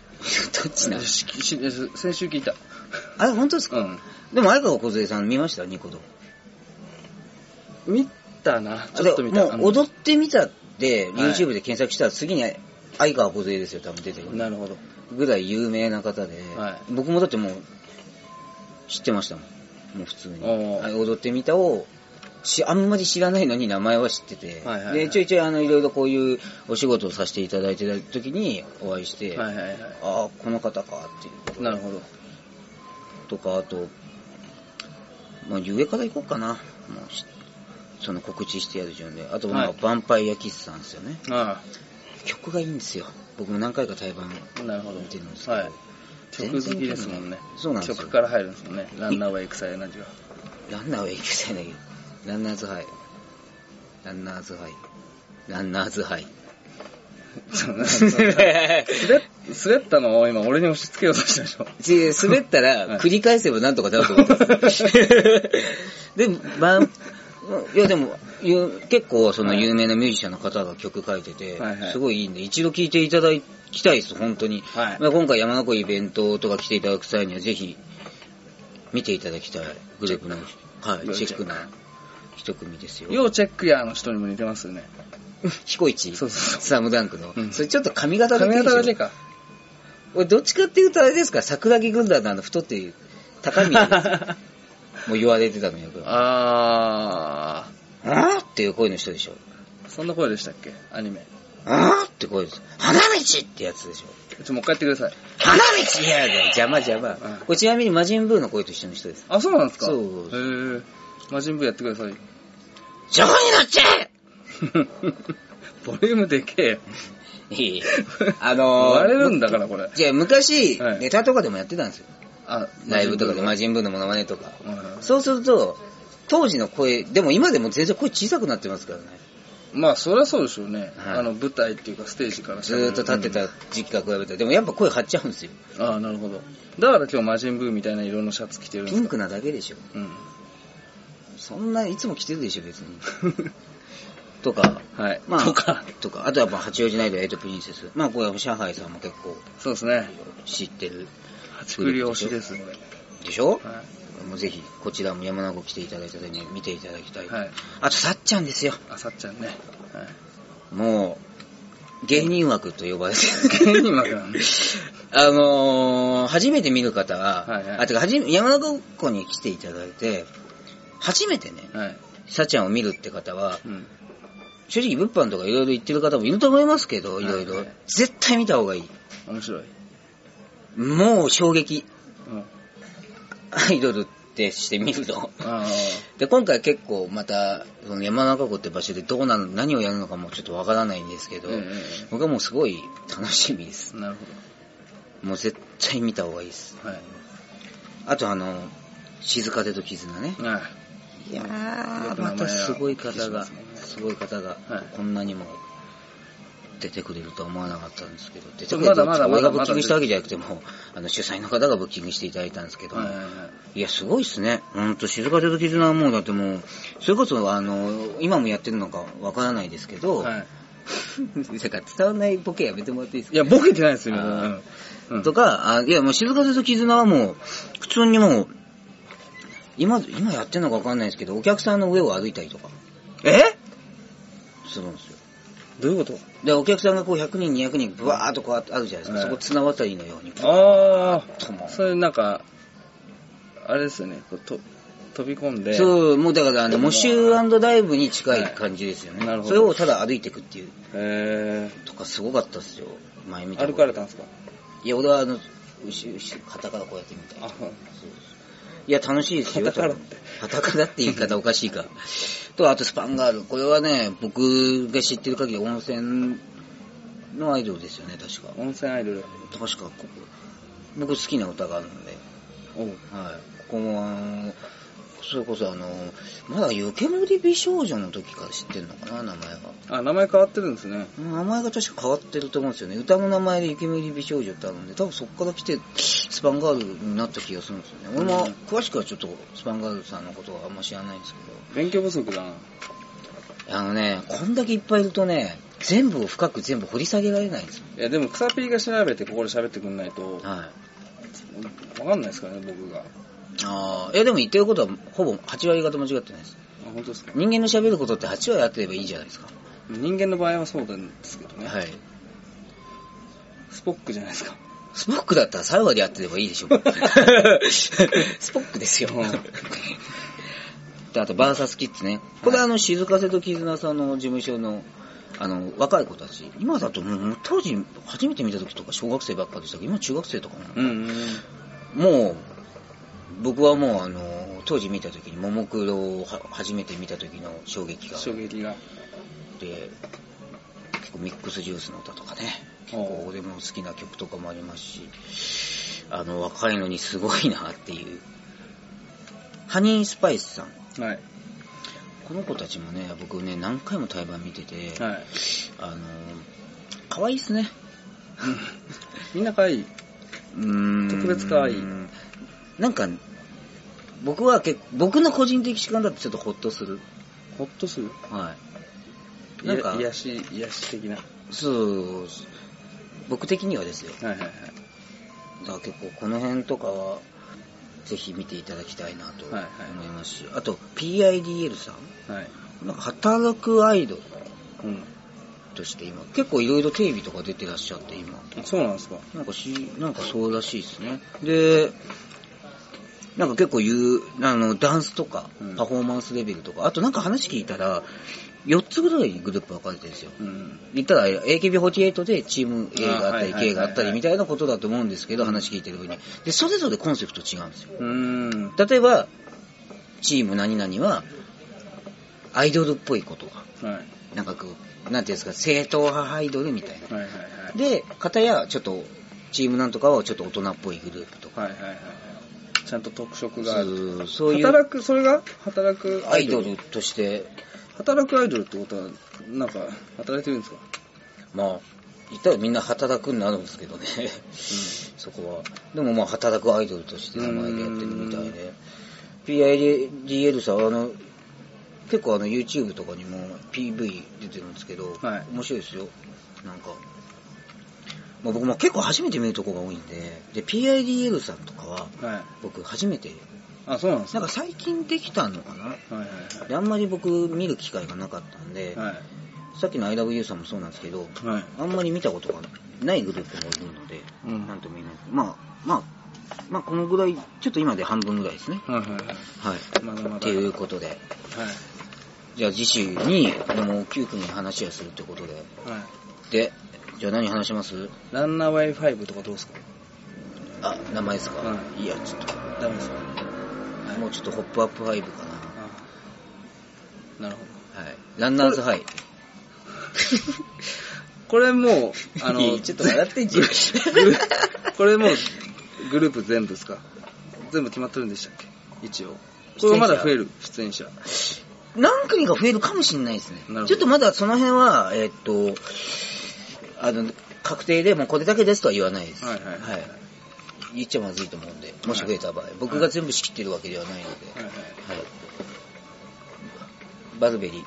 [SPEAKER 1] ちなの
[SPEAKER 2] しし先週聞いた。
[SPEAKER 1] あれ、本当ですか、
[SPEAKER 2] うん。
[SPEAKER 1] でも相川梢さん見ましたニコ動。
[SPEAKER 2] 見たな。ちょっと見た。
[SPEAKER 1] もう踊ってみたって、
[SPEAKER 2] はい
[SPEAKER 1] YouTube で検索したら次に相川梢ですよ、多分出てく
[SPEAKER 2] あの
[SPEAKER 1] る。
[SPEAKER 2] なるほど。
[SPEAKER 1] ぐらい有名な方で、
[SPEAKER 2] は
[SPEAKER 1] 僕もだってもう知ってましたもんもう普通に
[SPEAKER 2] おー
[SPEAKER 1] あ踊ってみたをしあんまり知らないのに名前は知ってて、
[SPEAKER 2] はいはいはい
[SPEAKER 1] でちょいちょいあのいろいろこういうお仕事をさせていただいてた時にお会いして、
[SPEAKER 2] はいはいは
[SPEAKER 1] ああこの方かっていう
[SPEAKER 2] い。なるほど。
[SPEAKER 1] とかあと、まあ、上から行こうかなもうしその告知してやる順であとまあ、
[SPEAKER 2] はい
[SPEAKER 1] ヴァンパイアキッスさんですよね
[SPEAKER 2] あ
[SPEAKER 1] 曲がいいんですよ僕も何回か対バン
[SPEAKER 2] あ、なるほど。
[SPEAKER 1] 見てるんですけど、
[SPEAKER 2] はい。曲好きですもんね。
[SPEAKER 1] そうなんですよ
[SPEAKER 2] 曲から入るんですもんね。ランナーはエクサイナジは。
[SPEAKER 1] ランナーは影響したいんだけど、ランナーズハイ。ランナーズハイ。ランナーズハイ。
[SPEAKER 2] そうなんですよ滑っ滑ったのを今俺に押し付けようとしたでしょ。
[SPEAKER 1] で滑った
[SPEAKER 2] はい
[SPEAKER 1] ら、繰り返せばなんとかなると思ったんですよ。で、まあ、いやでも、ゆ結構その有名なミュージシャンの方が曲書いてて
[SPEAKER 2] はいはい、
[SPEAKER 1] すごいいいんで、一度聴いていただきたいです、本当に。
[SPEAKER 2] はい
[SPEAKER 1] まあ今回山中湖イベントとか来ていただく際には、ぜひ、見ていただきたいグループの、はい、チェックな一組ですよ。
[SPEAKER 2] 要チェックやの人にも似てますよね。
[SPEAKER 1] 彦一
[SPEAKER 2] そうそう
[SPEAKER 1] スラムダンクの、
[SPEAKER 2] うん
[SPEAKER 1] それちょっと髪型だけ
[SPEAKER 2] 髪
[SPEAKER 1] でしょ
[SPEAKER 2] 型だけか。
[SPEAKER 1] 俺どっちかっていうとあれですか桜木軍団のあの太っていう高 宮ですもう言われてたのよこれあ
[SPEAKER 2] あ
[SPEAKER 1] ーっていう声の人でしょ
[SPEAKER 2] ー、そんな声でしたっけアニメ。
[SPEAKER 1] あーって声です花道ってやつでしょ
[SPEAKER 2] ちょっともう一回言ってください。
[SPEAKER 1] 花道いやいや邪魔邪魔、
[SPEAKER 2] うん
[SPEAKER 1] これちなみに魔人ブーの声と一緒の人です
[SPEAKER 2] あ、そうなんですか
[SPEAKER 1] そう
[SPEAKER 2] へー。魔人ブーやってください。
[SPEAKER 1] そこに乗っちゃえ
[SPEAKER 2] ボリュームでけえよ。
[SPEAKER 1] いいあのー、
[SPEAKER 2] 割れるんだから、これ。
[SPEAKER 1] じゃあ昔、
[SPEAKER 2] はい
[SPEAKER 1] ネタとかでもやってたんですよ
[SPEAKER 2] あ、
[SPEAKER 1] ライブとかで
[SPEAKER 2] マ
[SPEAKER 1] 魔
[SPEAKER 2] ジ
[SPEAKER 1] 人ブーのモノマネとか
[SPEAKER 2] ブー
[SPEAKER 1] そうすると、当時の声、でも今でも全然声小さくなってますからね。
[SPEAKER 2] まあ、そりゃそうでしょうね。
[SPEAKER 1] はい
[SPEAKER 2] あの、舞台っていうか、ステージから
[SPEAKER 1] ずーっと立って
[SPEAKER 2] う
[SPEAKER 1] た
[SPEAKER 2] ん
[SPEAKER 1] 時期から比べて。でもやっぱ声張っちゃうんですよ。
[SPEAKER 2] ああ、なるほど。だから今日魔人ブーみたいな色のシャツ着てるんで
[SPEAKER 1] ピ
[SPEAKER 2] す
[SPEAKER 1] ン
[SPEAKER 2] か
[SPEAKER 1] クなだけでしょ。
[SPEAKER 2] うん。
[SPEAKER 1] そんないつも着てるでしょ、別に。とか。
[SPEAKER 2] はい。
[SPEAKER 1] まあ、
[SPEAKER 2] とか。。
[SPEAKER 1] とか。あとやっぱ八王子ナイトエイトプリンセス。まあこれは上海さんも結構
[SPEAKER 2] そうですね。
[SPEAKER 1] 知ってる
[SPEAKER 2] 八栗推しです、こ
[SPEAKER 1] でしょ
[SPEAKER 2] れ。は
[SPEAKER 1] もうぜひ、こちらも山名湖来ていただいた時に見ていただきたい。
[SPEAKER 2] い。はい。
[SPEAKER 1] あと、さっちゃんですよ。
[SPEAKER 2] あさっちゃんね。はい。
[SPEAKER 1] もう、芸人枠と呼ばれてる。
[SPEAKER 2] 芸人枠なんで。
[SPEAKER 1] あのー、初めて見る方は、
[SPEAKER 2] はいはい
[SPEAKER 1] あ、てか、はじめ、山中湖に来ていただいて、初めてね、
[SPEAKER 2] はい。
[SPEAKER 1] さちゃんを見るって方は、
[SPEAKER 2] うん。
[SPEAKER 1] 正直物販とかいろいろ行ってる方もいると思いますけど、いろい
[SPEAKER 2] はい
[SPEAKER 1] ろ
[SPEAKER 2] はい。
[SPEAKER 1] 絶対見た方がいい。
[SPEAKER 2] 面白い。
[SPEAKER 1] もう衝撃。
[SPEAKER 2] うん。
[SPEAKER 1] アイドルってして見ると。
[SPEAKER 2] あ
[SPEAKER 1] で、今回結構また、その山中湖って場所でどうなる、何をやるのかもちょっとわからないんですけ
[SPEAKER 2] あ。
[SPEAKER 1] ど、
[SPEAKER 2] え
[SPEAKER 1] 僕はもうすごい楽しみです
[SPEAKER 2] え。。なるほ
[SPEAKER 1] もう絶対見た方がいいです。
[SPEAKER 2] ど。はい。
[SPEAKER 1] あとあの、静風と絆ね。
[SPEAKER 2] はい。
[SPEAKER 1] いや
[SPEAKER 2] よ
[SPEAKER 1] ー、
[SPEAKER 2] く名
[SPEAKER 1] ま
[SPEAKER 2] 前
[SPEAKER 1] たすごい方
[SPEAKER 2] は
[SPEAKER 1] が
[SPEAKER 2] 聞きますもん、ね
[SPEAKER 1] すごい方が
[SPEAKER 2] はい、
[SPEAKER 1] こんなにも出てくれるとは思わなかったんですけど、出て
[SPEAKER 2] ちょ
[SPEAKER 1] くれると
[SPEAKER 2] まだまだ
[SPEAKER 1] 俺が
[SPEAKER 2] ま
[SPEAKER 1] ブ
[SPEAKER 2] だ
[SPEAKER 1] ッキングしたわけじゃなくても、あの主催の方がブッキングしていただいたんですけど、
[SPEAKER 2] はいはいはい。
[SPEAKER 1] いや、すごいっすね。ほんと、静風と絆はもうだってもう、それこそ、あの、今もやってるのかわからないですけど、
[SPEAKER 2] はい。
[SPEAKER 1] だから伝わんないボケやめてもらっていいです
[SPEAKER 2] い
[SPEAKER 1] か
[SPEAKER 2] や、ボケてないですよ、
[SPEAKER 1] あー
[SPEAKER 2] 今。うん。
[SPEAKER 1] とか、あいや、もう静風と絆はもう、普通にもう、今、今やってんのかわかんないですけど、お客さんの上を歩いたりとか
[SPEAKER 2] え
[SPEAKER 1] するんですよ。
[SPEAKER 2] どういうこと
[SPEAKER 1] で、お客さんがこう100人、200人、ブワーっとこうあるじゃないですか。
[SPEAKER 2] はい
[SPEAKER 1] そこ綱渡りのように。
[SPEAKER 2] あ
[SPEAKER 1] とも
[SPEAKER 2] あ、それなんか、あれですよね、こうと飛び込んで、
[SPEAKER 1] そう、もうだから、あの、
[SPEAKER 2] でも
[SPEAKER 1] モシューダイブに近い感じですよ
[SPEAKER 2] は
[SPEAKER 1] ね。
[SPEAKER 2] いなるほ
[SPEAKER 1] そ
[SPEAKER 2] ど
[SPEAKER 1] れをただ歩いていくっていう、
[SPEAKER 2] え
[SPEAKER 1] とかすごかったっすよ。前見
[SPEAKER 2] ー、
[SPEAKER 1] た
[SPEAKER 2] 歩かれたんですか
[SPEAKER 1] いや、俺はあの、後ろ、後ろ、肩からこうやって見た。
[SPEAKER 2] あ、
[SPEAKER 1] いや、楽しいですよ。
[SPEAKER 2] 裸だって
[SPEAKER 1] 裸だって言い方おかしい か。と、あとスパンガール。これはね、僕が知ってる限り温泉のアイドルですよね、確か。
[SPEAKER 2] 温泉アイドル。
[SPEAKER 1] 確か、ここ。僕好きな歌があるので。
[SPEAKER 2] おう
[SPEAKER 1] はい。ここも、あの、それこそあの、まだ湯煙美少女の時から知ってるのかな、名前が。
[SPEAKER 2] あ、名前変わってるんですね。
[SPEAKER 1] 名前が確か変わってると思うんですよね。歌の名前で雪り美少女ってあるんで、多分そこから来て、スパンガールになった気がするんですよね。俺も
[SPEAKER 2] うん、
[SPEAKER 1] 詳しくはちょっと、スパンガールさんのことはあんま知らないんですけ
[SPEAKER 2] 勉強不足だな。
[SPEAKER 1] ど、あのね、こんだけいっぱいいるとね、全部を深く全部掘り下げられないんですよ。
[SPEAKER 2] いや、でも、草ピーが調べてここで喋ってくんないと、わ
[SPEAKER 1] はい。
[SPEAKER 2] かんないですからね、僕が。あ、
[SPEAKER 1] ああ、いやでも言ってることは、ほぼ8割方間違ってないです。
[SPEAKER 2] 本当ですか
[SPEAKER 1] 人間の喋ることって8割あってればいいじゃないですか。
[SPEAKER 2] 人間の場合はそうなんですけどね。
[SPEAKER 1] はい。
[SPEAKER 2] スポックじゃないですか。
[SPEAKER 1] スポックだったら3割あってればいいでし ょ。スポックですよ。であと、バーサスキッズね。これはあの、静かせと絆さんの事務所の、あの、若い子たち。今だともう、当時、初めて見た時とか小学生ばっかでしたけど、今中学生とかなの
[SPEAKER 2] うんうんうん。
[SPEAKER 1] もう、僕はもう、あの、当時見た時に、ももクロをは初めて見た時の衝撃があ
[SPEAKER 2] 衝
[SPEAKER 1] っ
[SPEAKER 2] 撃が。
[SPEAKER 1] て、結構ミックスジュースの歌とかね。結構俺も好きな曲とかもありますし、あの、若いのにすごいなっていう。ハニースパイスさん。
[SPEAKER 2] はい。
[SPEAKER 1] この子たちもね、僕ね、何回も対バン見てて、
[SPEAKER 2] はい。
[SPEAKER 1] あの、可愛いっすね。
[SPEAKER 2] みんな可愛い。
[SPEAKER 1] うーん
[SPEAKER 2] 特別可愛い。
[SPEAKER 1] なんか、僕は結構、僕の個人的主観だとちょっとホッとする。
[SPEAKER 2] ほっとする。
[SPEAKER 1] はい。な
[SPEAKER 2] な
[SPEAKER 1] んんか
[SPEAKER 2] か、癒し、癒し的な。は
[SPEAKER 1] そう、僕的にはですよ。
[SPEAKER 2] いはいはい。
[SPEAKER 1] だから結構この辺とかは、ぜひ見ていただきたいなと
[SPEAKER 2] はいはい
[SPEAKER 1] 思いますし、あと PIDL さ
[SPEAKER 2] はい。
[SPEAKER 1] ん、なんか働くアイドル
[SPEAKER 2] うん。
[SPEAKER 1] として今、結構いろいろテレビとか出てらっしゃって今、
[SPEAKER 2] あそうなんですか。
[SPEAKER 1] なんかし、なんかそうらしいですね。で、なんか結構言う、あの、ダンスとか
[SPEAKER 2] うん、
[SPEAKER 1] パフォーマンスレベルとか、あとなんか話聞いたら、4つぐらいグループ分かれてるんですよ。
[SPEAKER 2] うん。
[SPEAKER 1] 言ったら AKB48 でチーム A があったり
[SPEAKER 2] あはい
[SPEAKER 1] K があった
[SPEAKER 2] はいはいは
[SPEAKER 1] り
[SPEAKER 2] い
[SPEAKER 1] みたいなことだと思うんですけど、話聞いてる風に。で、それぞれコンセプト違うんですよ。
[SPEAKER 2] うーん。
[SPEAKER 1] 例えば、チーム何々は、アイドルっぽいことが、
[SPEAKER 2] はい。
[SPEAKER 1] なんかこう、なんていうんですか、正統派アイドルみたいな。
[SPEAKER 2] はいはいはい。
[SPEAKER 1] で、片やちょっと、チームなんとかはちょっと大人っぽいグループとか、
[SPEAKER 2] はいはいはいはい。ちゃんと特色がある。
[SPEAKER 1] そうそういう
[SPEAKER 2] 働く、それが働く
[SPEAKER 1] アイドルとして、
[SPEAKER 2] 働くアイドルってことは、なんか、働いてるんですか
[SPEAKER 1] まあ、言ったらみんな働くになるんですけどね、そこは。でもまあ、働くアイドルとして名前でやってるみたいで。PIDL さん、あの、結構あの YouTube とかにも PV 出てるんですけど、
[SPEAKER 2] はい
[SPEAKER 1] 面白いですよ。なんか。まあ、僕も結構初めて見るとこが多いんで、で、PIDL さんとかは、
[SPEAKER 2] はい。
[SPEAKER 1] 僕初めて、
[SPEAKER 2] あ、そうなんです
[SPEAKER 1] な
[SPEAKER 2] か
[SPEAKER 1] んか最近できたのかな
[SPEAKER 2] はいはい
[SPEAKER 1] であんまり僕見る機会がなかったんで、
[SPEAKER 2] はい。
[SPEAKER 1] さっきの IWU さんもそうなんですけど、
[SPEAKER 2] はい。はい。
[SPEAKER 1] あんまり見たことがないグループもいるので、
[SPEAKER 2] うん
[SPEAKER 1] なんとも言えないまあ、まあ、まあ、このぐらい、ちょっと今で半分ぐらいですね。
[SPEAKER 2] はいはいはい。
[SPEAKER 1] はい。
[SPEAKER 2] まだまだ。
[SPEAKER 1] っていうことで、
[SPEAKER 2] はい。
[SPEAKER 1] じゃあ次週に、もう Q 君に話をするってことで、
[SPEAKER 2] はい。
[SPEAKER 1] で、じゃあ何話します
[SPEAKER 2] ランナーワイファイブとかどうですか
[SPEAKER 1] あ、名前ですか、、
[SPEAKER 2] はい
[SPEAKER 1] や、ちょっと、
[SPEAKER 2] ダメですか
[SPEAKER 1] もうちょっとホップアップファイブか
[SPEAKER 2] あなるほど。
[SPEAKER 1] な。はい。ランナーズハイ。
[SPEAKER 2] こ れもう、あ
[SPEAKER 1] い
[SPEAKER 2] の、
[SPEAKER 1] いちょっと笑ってんじゃん
[SPEAKER 2] これもう、グループ全部ですか全部決まってるんでしたっけ一応。これまだ増える、出演者。
[SPEAKER 1] 何組か増えるかもしれないですね
[SPEAKER 2] なるほ。ど
[SPEAKER 1] ちょっとまだその辺は、えーっと、あの、確定でもうこれだけですとは言わないです。
[SPEAKER 2] はいはいはい
[SPEAKER 1] 言っちゃまずいと思うんで、もし増えた場合、僕が全部仕切ってるわけではないので、
[SPEAKER 2] はいはい
[SPEAKER 1] はい。バル ベリ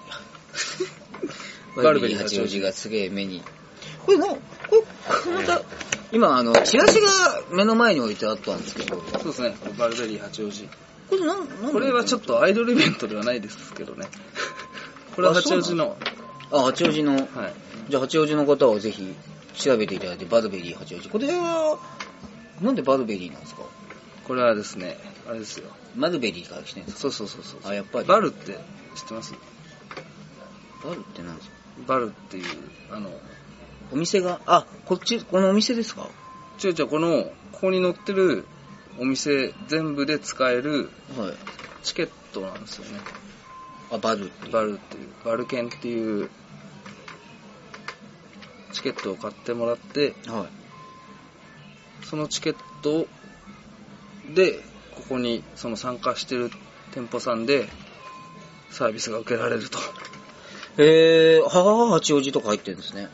[SPEAKER 1] ー。
[SPEAKER 2] バルベリー
[SPEAKER 1] 八王子がすげえ目に。これな、これ、これまた、今あの、チラシが目の前に置いてあったんですけど、
[SPEAKER 2] そうですね、バルベリー八王子。
[SPEAKER 1] これなん、なん
[SPEAKER 2] これはちょっとアイドルイベントではないですけ どね。これは八王子の、
[SPEAKER 1] と、あ、八王子の、
[SPEAKER 2] はい。
[SPEAKER 1] じゃあ八王子の方をぜひ調べていただいて、バルベリー八王子。これは、なんでバルベリーなんですか
[SPEAKER 2] ここれはですね、あれですよ。
[SPEAKER 1] マルベリーから来てるんですか
[SPEAKER 2] そうそうそうそう。
[SPEAKER 1] あやっぱり
[SPEAKER 2] バルって知ってます
[SPEAKER 1] バルってなんですか
[SPEAKER 2] バルっていう、あの、
[SPEAKER 1] お店が、あ、こっち、このお店ですかは
[SPEAKER 2] ちょいちょいこの、ここに載ってるお店全部で使える
[SPEAKER 1] い。
[SPEAKER 2] チケットなんですよね。
[SPEAKER 1] あ、バルっていう。
[SPEAKER 2] バルっていう、バル券っていう、チケットを買ってもらって、
[SPEAKER 1] は
[SPEAKER 2] そのチケットで、ここにその参加してる店舗さんで、サービスが受けられると。
[SPEAKER 1] い。へえー、母が八王子とか入ってるんですね。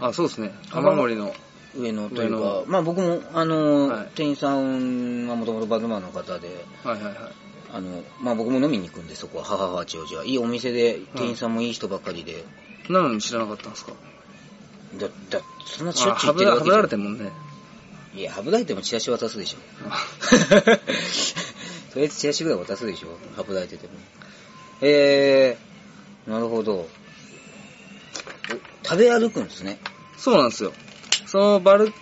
[SPEAKER 2] あ、そうですね。雨森の。
[SPEAKER 1] 上野とい
[SPEAKER 2] 上
[SPEAKER 1] うか
[SPEAKER 2] 野、
[SPEAKER 1] まあ僕も、あの、
[SPEAKER 2] はい
[SPEAKER 1] 店員さんはもともとバンドマンの方で、
[SPEAKER 2] はいはいはい。
[SPEAKER 1] あの、まあ僕も飲みに行くんで、そこは、母八王子は。いいお店で、店員さんもいい人ばっかりで、
[SPEAKER 2] なのに知らなかったんですか
[SPEAKER 1] だ、だ、そんなしょ
[SPEAKER 2] あ
[SPEAKER 1] っちゅう行っ
[SPEAKER 2] は
[SPEAKER 1] て
[SPEAKER 2] ぶ
[SPEAKER 1] るわ
[SPEAKER 2] ら
[SPEAKER 1] け
[SPEAKER 2] はぶ
[SPEAKER 1] じゃ
[SPEAKER 2] ら
[SPEAKER 1] ん
[SPEAKER 2] れてるもんね。
[SPEAKER 1] いや、歯ブライてもチラシ渡すで しょ。
[SPEAKER 2] あ
[SPEAKER 1] とりあえずチラシぐらい渡すでしょ。歯ブライてても。えー、なるほど。お食べ歩くんですね。
[SPEAKER 2] そうなんですよ。そのバル、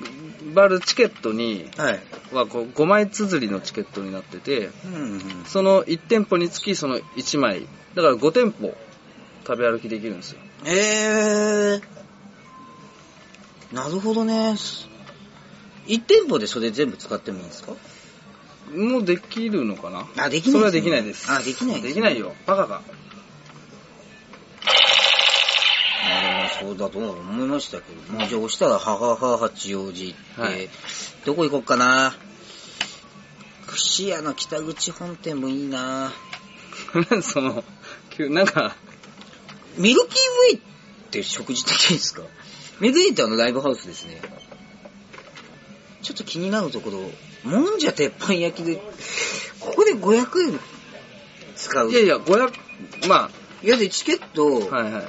[SPEAKER 2] バルチケットに、
[SPEAKER 1] はい。
[SPEAKER 2] はこう5枚綴りのチケットになってて、
[SPEAKER 1] うんうん。
[SPEAKER 2] その1店舗につきその1枚。だから5店舗食べ歩きできるんですよ。
[SPEAKER 1] えー、なるほどね。一店舗でそれ全部使ってもいいんですか
[SPEAKER 2] もうできるのかな
[SPEAKER 1] あできないですね
[SPEAKER 2] それはできないです。
[SPEAKER 1] あできないですね
[SPEAKER 2] できないよ。バカか。
[SPEAKER 1] あれもそうだと思いましたけど、まあ、じゃあ押したら、ははは八王子行って、
[SPEAKER 2] はい
[SPEAKER 1] どこ行こっかな。串屋の北口本店もいいな。
[SPEAKER 2] その、急なんか、
[SPEAKER 1] ミルキーウェイって食事的ですかミルキーウェイってあのライブハウスですね。ちょっと気になるところ、もんじゃ鉄板焼きで、ここで500円使う。
[SPEAKER 2] いやいや、500、ま
[SPEAKER 1] いやでチケット、
[SPEAKER 2] あ、はいはい。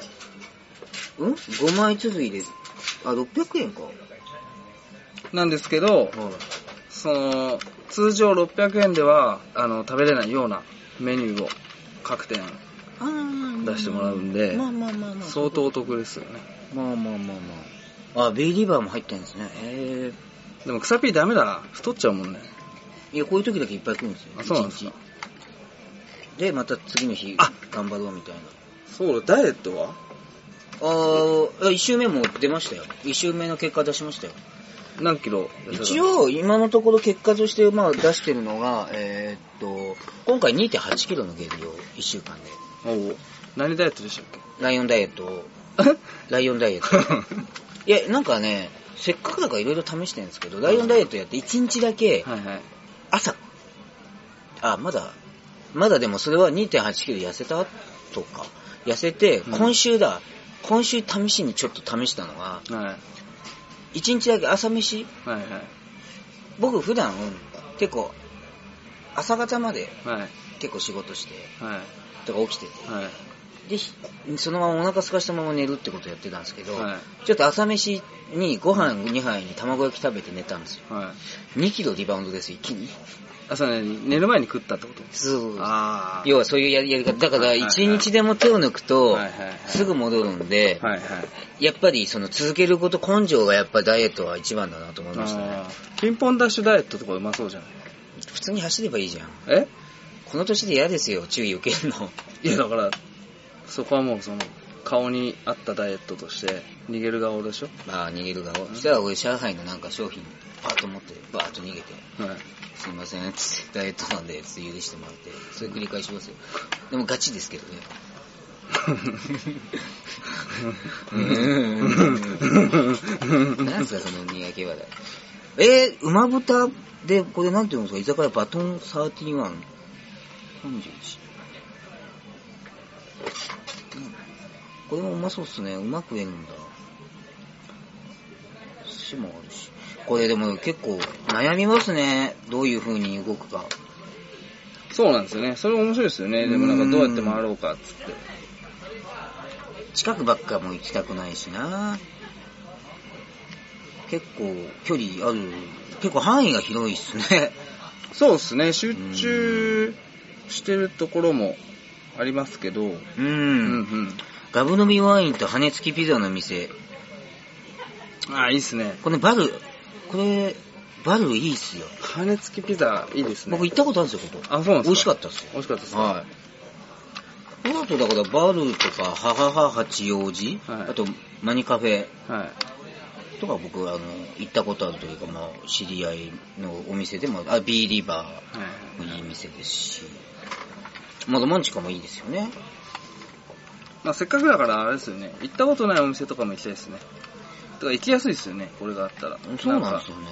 [SPEAKER 1] うん ?5 枚続いで、あ、600円か。
[SPEAKER 2] なんですけど、その、通常600円では、あの、食べれないようなメニューを各店
[SPEAKER 1] あ
[SPEAKER 2] 出してもらうんで
[SPEAKER 1] まあまあまあまあ。
[SPEAKER 2] 相当お得ですよね。
[SPEAKER 1] まあまあまあまあ。あ、ベイリーバーも入ってるんですね。へ
[SPEAKER 2] でも草ピーダメだ。太っちゃうもんね。
[SPEAKER 1] え。いや、こういう時だけいっぱい来るんですよ。
[SPEAKER 2] あ、そうなんです
[SPEAKER 1] 一
[SPEAKER 2] か。
[SPEAKER 1] 日で、また次の日、
[SPEAKER 2] あ
[SPEAKER 1] 頑張ろうみたいな。
[SPEAKER 2] そうだ、ダイエットは
[SPEAKER 1] あー、1周目も出ましたよ。1周目の結果出しましたよ。
[SPEAKER 2] 何キロ
[SPEAKER 1] 一、応、今のところ結果として、まあ出してるのが、えーっと、今回2.8キロの減量、1週間で。
[SPEAKER 2] おう何ダイエットでしたっけ
[SPEAKER 1] ライオンダイエットを、ライオンダイエット。 いや、なんかね、せっかくだからいろいろ試してるんですけど、ライオンダイエットやって1日だけ、
[SPEAKER 2] はいはい。
[SPEAKER 1] 朝、あ、まだ、まだでもそれは2.8キロ痩せたとか、痩せて、
[SPEAKER 2] うん
[SPEAKER 1] 今週だ、今週試しにちょっと試したのが、
[SPEAKER 2] はい。
[SPEAKER 1] 1日だけ朝飯、
[SPEAKER 2] はい
[SPEAKER 1] 僕普段、結構、朝方まで
[SPEAKER 2] はい。はい。
[SPEAKER 1] 結構仕事して、
[SPEAKER 2] はい。
[SPEAKER 1] とか起きてて、
[SPEAKER 2] はい。
[SPEAKER 1] で、ひそのままお腹空かしたまま寝るってことやってたんですけど、
[SPEAKER 2] は
[SPEAKER 1] ちょっと朝飯にご飯2杯に卵焼き食べて寝たんですよ。
[SPEAKER 2] い。はい。
[SPEAKER 1] 2キロリバウンドです、一気に。
[SPEAKER 2] 朝ね、寝る前に食ったってこと
[SPEAKER 1] そう
[SPEAKER 2] あ
[SPEAKER 1] 要はそういうやりやり方。だから、
[SPEAKER 2] はいはい
[SPEAKER 1] 一日でも手を抜くと
[SPEAKER 2] はいはいはい、
[SPEAKER 1] すぐ戻るんで、
[SPEAKER 2] はいはい。
[SPEAKER 1] やっぱりその続けること、根性がやっぱダイエットは一番だなと思いましたね。
[SPEAKER 2] あーピンポンダッシュダイエットとかうまそうじゃない
[SPEAKER 1] 普通に走ればいいじゃん。
[SPEAKER 2] え
[SPEAKER 1] この年で嫌ですよ、注意受けるの。
[SPEAKER 2] いやだから、そこはもうその、顔に合ったダイエットとして、逃げる顔でしょ
[SPEAKER 1] まあ、逃げる側。そしたら俺、上海のなんか商品、パッと持って、バーッと逃げて、
[SPEAKER 2] はい。
[SPEAKER 1] すいません、つってダイエットなんで、つって許してもらって、それ繰り返しますよ。でもガチですけどね。なんすか、その苦気話題。えー、馬豚で、これなんていうんですか、居酒屋バトン31。41。うんこれもうまそうっすね。うまくえるんだ。寿司もあるし。これでも結構悩みますね。どういう風に動くか。
[SPEAKER 2] そうなんですよね。それ面白いですよね。でもなんかどうやって回ろうかっつって。
[SPEAKER 1] 近くばっかも行きたくないしな。結構距離ある。結構範囲が広いっすね。
[SPEAKER 2] そうですね。集中してるところもありますけど。うん
[SPEAKER 1] う。
[SPEAKER 2] うんん。
[SPEAKER 1] ガブ飲みワインと羽根付きピザの店。
[SPEAKER 2] ああ、いいっすね。
[SPEAKER 1] このバル、これ、バルいいっすよ。
[SPEAKER 2] 羽根付きピザいいですね
[SPEAKER 1] 僕行ったことあるんですよ、ここ。
[SPEAKER 2] あそうなん
[SPEAKER 1] 美
[SPEAKER 2] ですか
[SPEAKER 1] 味しかったっすよ。
[SPEAKER 2] 美味しかったですね
[SPEAKER 1] はい。この後だから、バルとか、ハハハ八王子、
[SPEAKER 2] はい
[SPEAKER 1] あと、マニカフェ
[SPEAKER 2] はい
[SPEAKER 1] とか僕、あの、行ったことあるというか、まあ、知り合いのお店でも、あ、ビーリバ
[SPEAKER 2] はい
[SPEAKER 1] ーもいい店ですし、まだマンチカもいいですよね。
[SPEAKER 2] まあ、せっかくだからあれですよね行ったことないお店とかも行きたいですねだから行きやすいですよねこれがあったら
[SPEAKER 1] そうなんです
[SPEAKER 2] か
[SPEAKER 1] よね。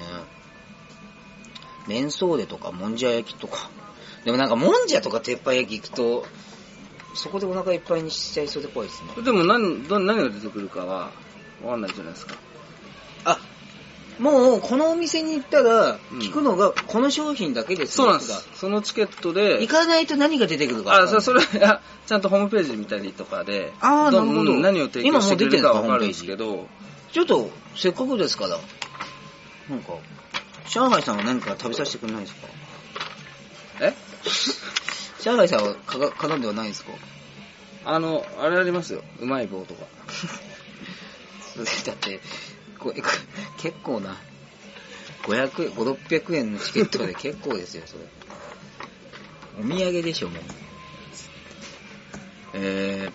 [SPEAKER 1] メンソーデとか、もんじゃ焼きとか。でもなんか、もんじゃとか鉄板焼き行くと、そこでお腹いっぱいにしちゃいそうで怖いですね。
[SPEAKER 2] でも何ど何が出てくるかはわかんないじゃないですか
[SPEAKER 1] あ、もう、このお店に行ったら、
[SPEAKER 2] うん
[SPEAKER 1] 聞くのが、この商品だけです
[SPEAKER 2] そ
[SPEAKER 1] ね、
[SPEAKER 2] うなんですそのチケットで
[SPEAKER 1] 行かないと何が出てくるか。
[SPEAKER 2] あそそれ いやちゃんとホームページ見たりとかで
[SPEAKER 1] あー
[SPEAKER 2] ん
[SPEAKER 1] なるほど
[SPEAKER 2] うん何を提供してくれるかわかるんですけど
[SPEAKER 1] ちょっと、せっかくですから、なんか、上海さんは何か食べさせてくれないですか
[SPEAKER 2] え
[SPEAKER 1] 上海さんはかが絡んではないですか
[SPEAKER 2] あのあれありますようまい棒とか
[SPEAKER 1] だって、これこれ結構な、500、5、600円のチケットで結構ですよ、それ。お土産でしょ、もう。え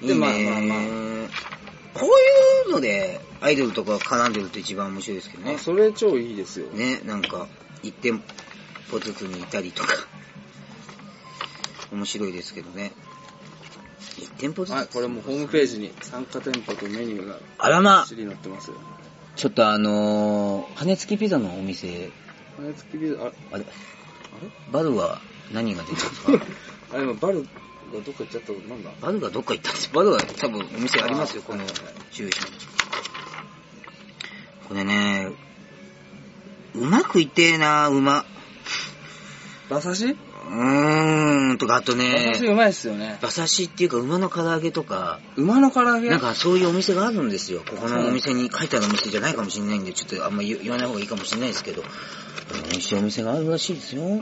[SPEAKER 1] ー、い
[SPEAKER 2] で
[SPEAKER 1] いね
[SPEAKER 2] まあまあまあ
[SPEAKER 1] こういうので、アイドルとか絡んでると一番面白いですけどね
[SPEAKER 2] あ。それ超いいですよ
[SPEAKER 1] ね、なんか、一店舗ずつにいたりとか、面白いですけどね。一店舗ずつ、
[SPEAKER 2] はいこれもうホームページに参加店舗とメニューが
[SPEAKER 1] あらま
[SPEAKER 2] びっしり載ってますよ
[SPEAKER 1] ちょっとあのー、羽根付きピザのお店、
[SPEAKER 2] 羽根付きビ ザあれ
[SPEAKER 1] あれ、
[SPEAKER 2] あ
[SPEAKER 1] バルは何が出てるんですか
[SPEAKER 2] れあれ今バルがどっか行っちゃったことなんだ
[SPEAKER 1] バルがどっか行ったんですバルは多分お店ありますよ、
[SPEAKER 2] あー
[SPEAKER 1] この住所に。これね、うまくいってえな、うま。
[SPEAKER 2] 馬刺し
[SPEAKER 1] うーん、とか、あと
[SPEAKER 2] 馬刺し
[SPEAKER 1] ね、
[SPEAKER 2] うまいっすよね
[SPEAKER 1] 馬刺しっていうか馬の唐揚げとか、
[SPEAKER 2] 馬の唐揚げ
[SPEAKER 1] なんかそういうお店があるんですよ。ここのお店に書いてあるお店じゃないかもしれないんで、ちょっとあんま言言わない方がいいかもしれないですけど、美味しいお店があるらしいですよ。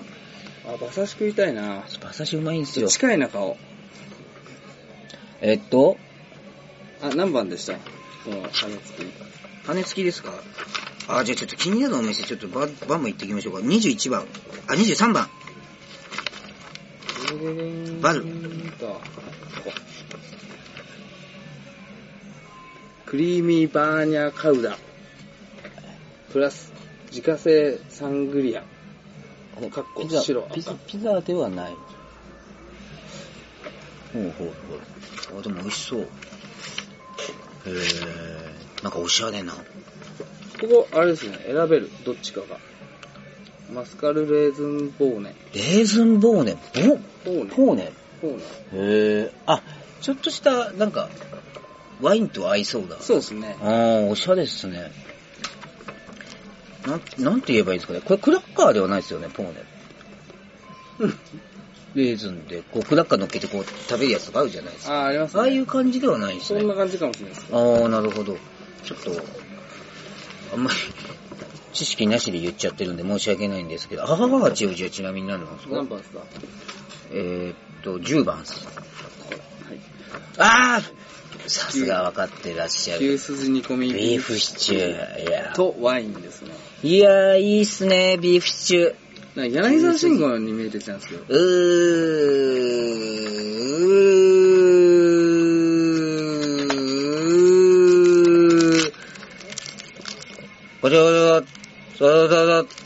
[SPEAKER 2] あ馬刺し食いたいな
[SPEAKER 1] 馬刺しうまいんですよ。
[SPEAKER 2] 近いな顔
[SPEAKER 1] えっと、
[SPEAKER 2] あ何番でしたこの羽根付き
[SPEAKER 1] 羽付きですかあ、じゃあちょっと気になるお店、ちょっとババンバン行ってきましょうか。21番。あ、23番。バル
[SPEAKER 2] クリーミーバーニャカウダプラス自家製サングリアかっこ
[SPEAKER 1] ピザ
[SPEAKER 2] 白
[SPEAKER 1] ピザ、ピザではない。ほうほうほう。あ、でも美味しそう。へえ、なんかおしゃれな。
[SPEAKER 2] ここあれですね選べるどっちかがマスカルレーズンボーネ
[SPEAKER 1] レーズンボーネ、
[SPEAKER 2] ボーネ
[SPEAKER 1] ボボーネ
[SPEAKER 2] ボーネ
[SPEAKER 1] へえ。あ、ちょっとした、なんか、ワインと合いそうだ。
[SPEAKER 2] そうですね
[SPEAKER 1] ああ、おしゃれっすね。なん、なんて言えばいいんですかね。これクラッカーではないですよね、ポーネ。
[SPEAKER 2] うん
[SPEAKER 1] レーズンで、こう、クラッカー乗っけてこう、食べるやつとかあるじゃないですか。
[SPEAKER 2] あああります
[SPEAKER 1] あ
[SPEAKER 2] ね
[SPEAKER 1] あいう感じではないです
[SPEAKER 2] そんな
[SPEAKER 1] ね。
[SPEAKER 2] 感じかもしれないです
[SPEAKER 1] ああ、なるほど。ちょっと、あんまり、 知識なしで言っちゃってるんで申し訳ないんですけど、母が八王子はちなみに何なんですか
[SPEAKER 2] 何番ですかは
[SPEAKER 1] えー、っと、10番です。
[SPEAKER 2] い
[SPEAKER 1] ああさすが分かってらっしゃる。
[SPEAKER 2] 牛すじ煮込み
[SPEAKER 1] ビーフシチュー。いやー
[SPEAKER 2] とワインですね
[SPEAKER 1] いやー、いいっすね、ビーフシチュー。
[SPEAKER 2] なんか柳沢慎吾に見えてきたんですけど
[SPEAKER 1] うー。ごちゃごちゃごちゃごちゃごちゃ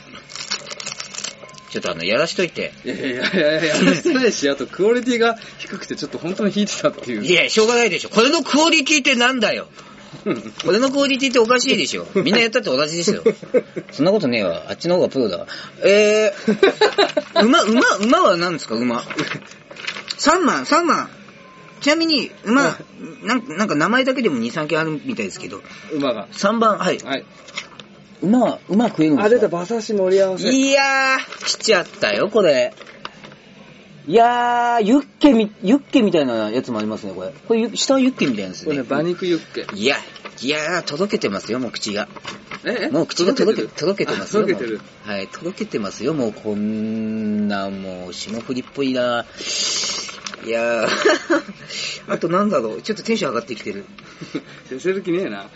[SPEAKER 1] ちょっとあの、やらしといて。
[SPEAKER 2] いやいやいやいや、話してないし、あとクオリティが低くてちょっと本当に引いてたっていう。
[SPEAKER 1] いや、しょうがないでしょ。これのクオリティってなんだよ。これのクオリティっておかしいでしょ。みんなやったって同じですよ。そんなことねえわ。あっちの方がプロだわ。えー、馬、馬、馬は何ですか、馬。3万、3万。ちなみに、馬、なんなんか名前だけでも2、3件あるみたいですけど、
[SPEAKER 2] 馬が。
[SPEAKER 1] 3番、はい。
[SPEAKER 2] はい。
[SPEAKER 1] 馬は、馬は食えるんですか
[SPEAKER 2] 馬刺し盛り合わ。
[SPEAKER 1] いやー、来ちゃったよ、これ。いやー、ユッケみ、ユッケみたいなやつもありますね、これ。これゆ、下はユッケみたいなんです
[SPEAKER 2] これ
[SPEAKER 1] ね
[SPEAKER 2] ね、。馬肉ユッケ。
[SPEAKER 1] いや、いやー、届けてますよ、もう口が。
[SPEAKER 2] ええ
[SPEAKER 1] もう口が届け、届けてますよ。
[SPEAKER 2] あ届けてる
[SPEAKER 1] も。うはい、届けてますよ、もうこんな、もう、霜降りっぽいな。いやー、 あとなんだろう。ちょっとテンション上がってきてる。
[SPEAKER 2] 痩せる気ねえな。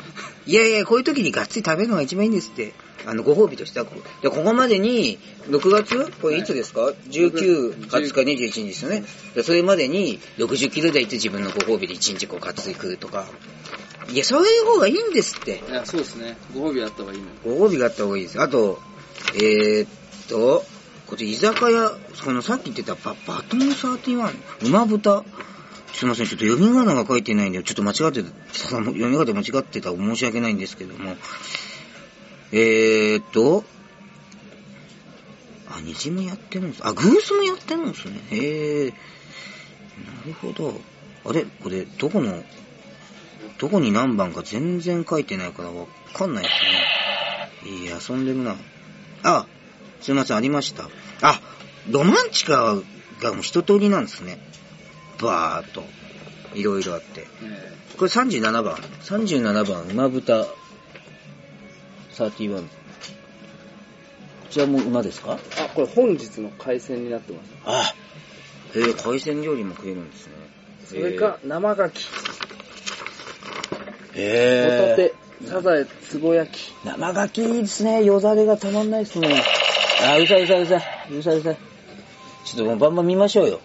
[SPEAKER 1] いやいや、こういう時にがっつり食べるのが一番いいんですって。あの、ご褒美としてはこう。で、ここまでに、6月これいつですか、?19、20日、21日ですよね。でそれまでに、60キロ台って自分のご褒美で1日こう、がっつり来るとか。いや、そういう方がいいんですって。
[SPEAKER 2] いや、そうですね。ご褒美あった方がいいの。
[SPEAKER 1] ご褒美があった方がいいです。あと、えー、っと、これ居酒屋、このさっき言ってたババトン31、馬豚。すいません、ちょっと読み仮名が書いてないんで、ちょっと間違ってた、読み方間違ってたら申し訳ないんですけども。えー、っと、あ、にじもやってるんです。あ、グースもやってるんですね。へえ。なるほど。あれこれ、どこの、どこに何番か全然書いてないからわかんないですね。いや、遊んでるな。あ、すいません、ありました。あ、ロマンチカがもう一通りなんですね。バーっと。いろいろあって。
[SPEAKER 2] え
[SPEAKER 1] これ37番。37番、馬豚31。こちらも馬ですか
[SPEAKER 2] えあ、これ本日の海鮮になってます。
[SPEAKER 1] あへえ、海鮮料理も食えるんですね。
[SPEAKER 2] それか、生牡蠣、ホタ
[SPEAKER 1] へえ。
[SPEAKER 2] テ、サザエ、つぼ焼き。
[SPEAKER 1] 生ガキいいですね。よだれがたまんないですね。あ、うるさいうるさいうるさい。うるさいうるさい。ちょっともうバンバン見ましょうよ。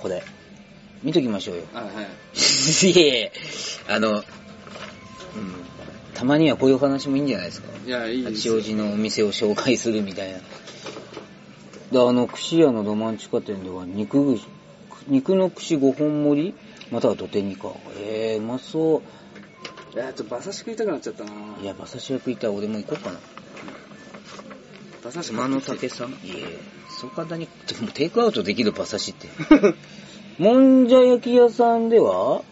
[SPEAKER 1] これ。見ときましょうよ。
[SPEAKER 2] あ、はい。
[SPEAKER 1] いえいえ、あの、うん、たまにはこういうお話もいいんじゃないですか。
[SPEAKER 2] いや、いいです
[SPEAKER 1] 八
[SPEAKER 2] よ
[SPEAKER 1] 王子のお店を紹介するみたいな。で、あの、串屋のロマンチカ店では肉串、肉の串5本盛りまたは土手煮か。えー、うまそう。
[SPEAKER 2] いや、ちょっと馬刺し食いたくなっちゃったない
[SPEAKER 1] や、馬刺し役いたら俺も行こうかな。
[SPEAKER 2] 馬刺し
[SPEAKER 1] 熊の
[SPEAKER 2] 買っ
[SPEAKER 1] 竹
[SPEAKER 2] てき
[SPEAKER 1] さんいえ、そう簡単に、でもテイクアウトできる馬刺しって。もんじゃ焼き屋さんでは、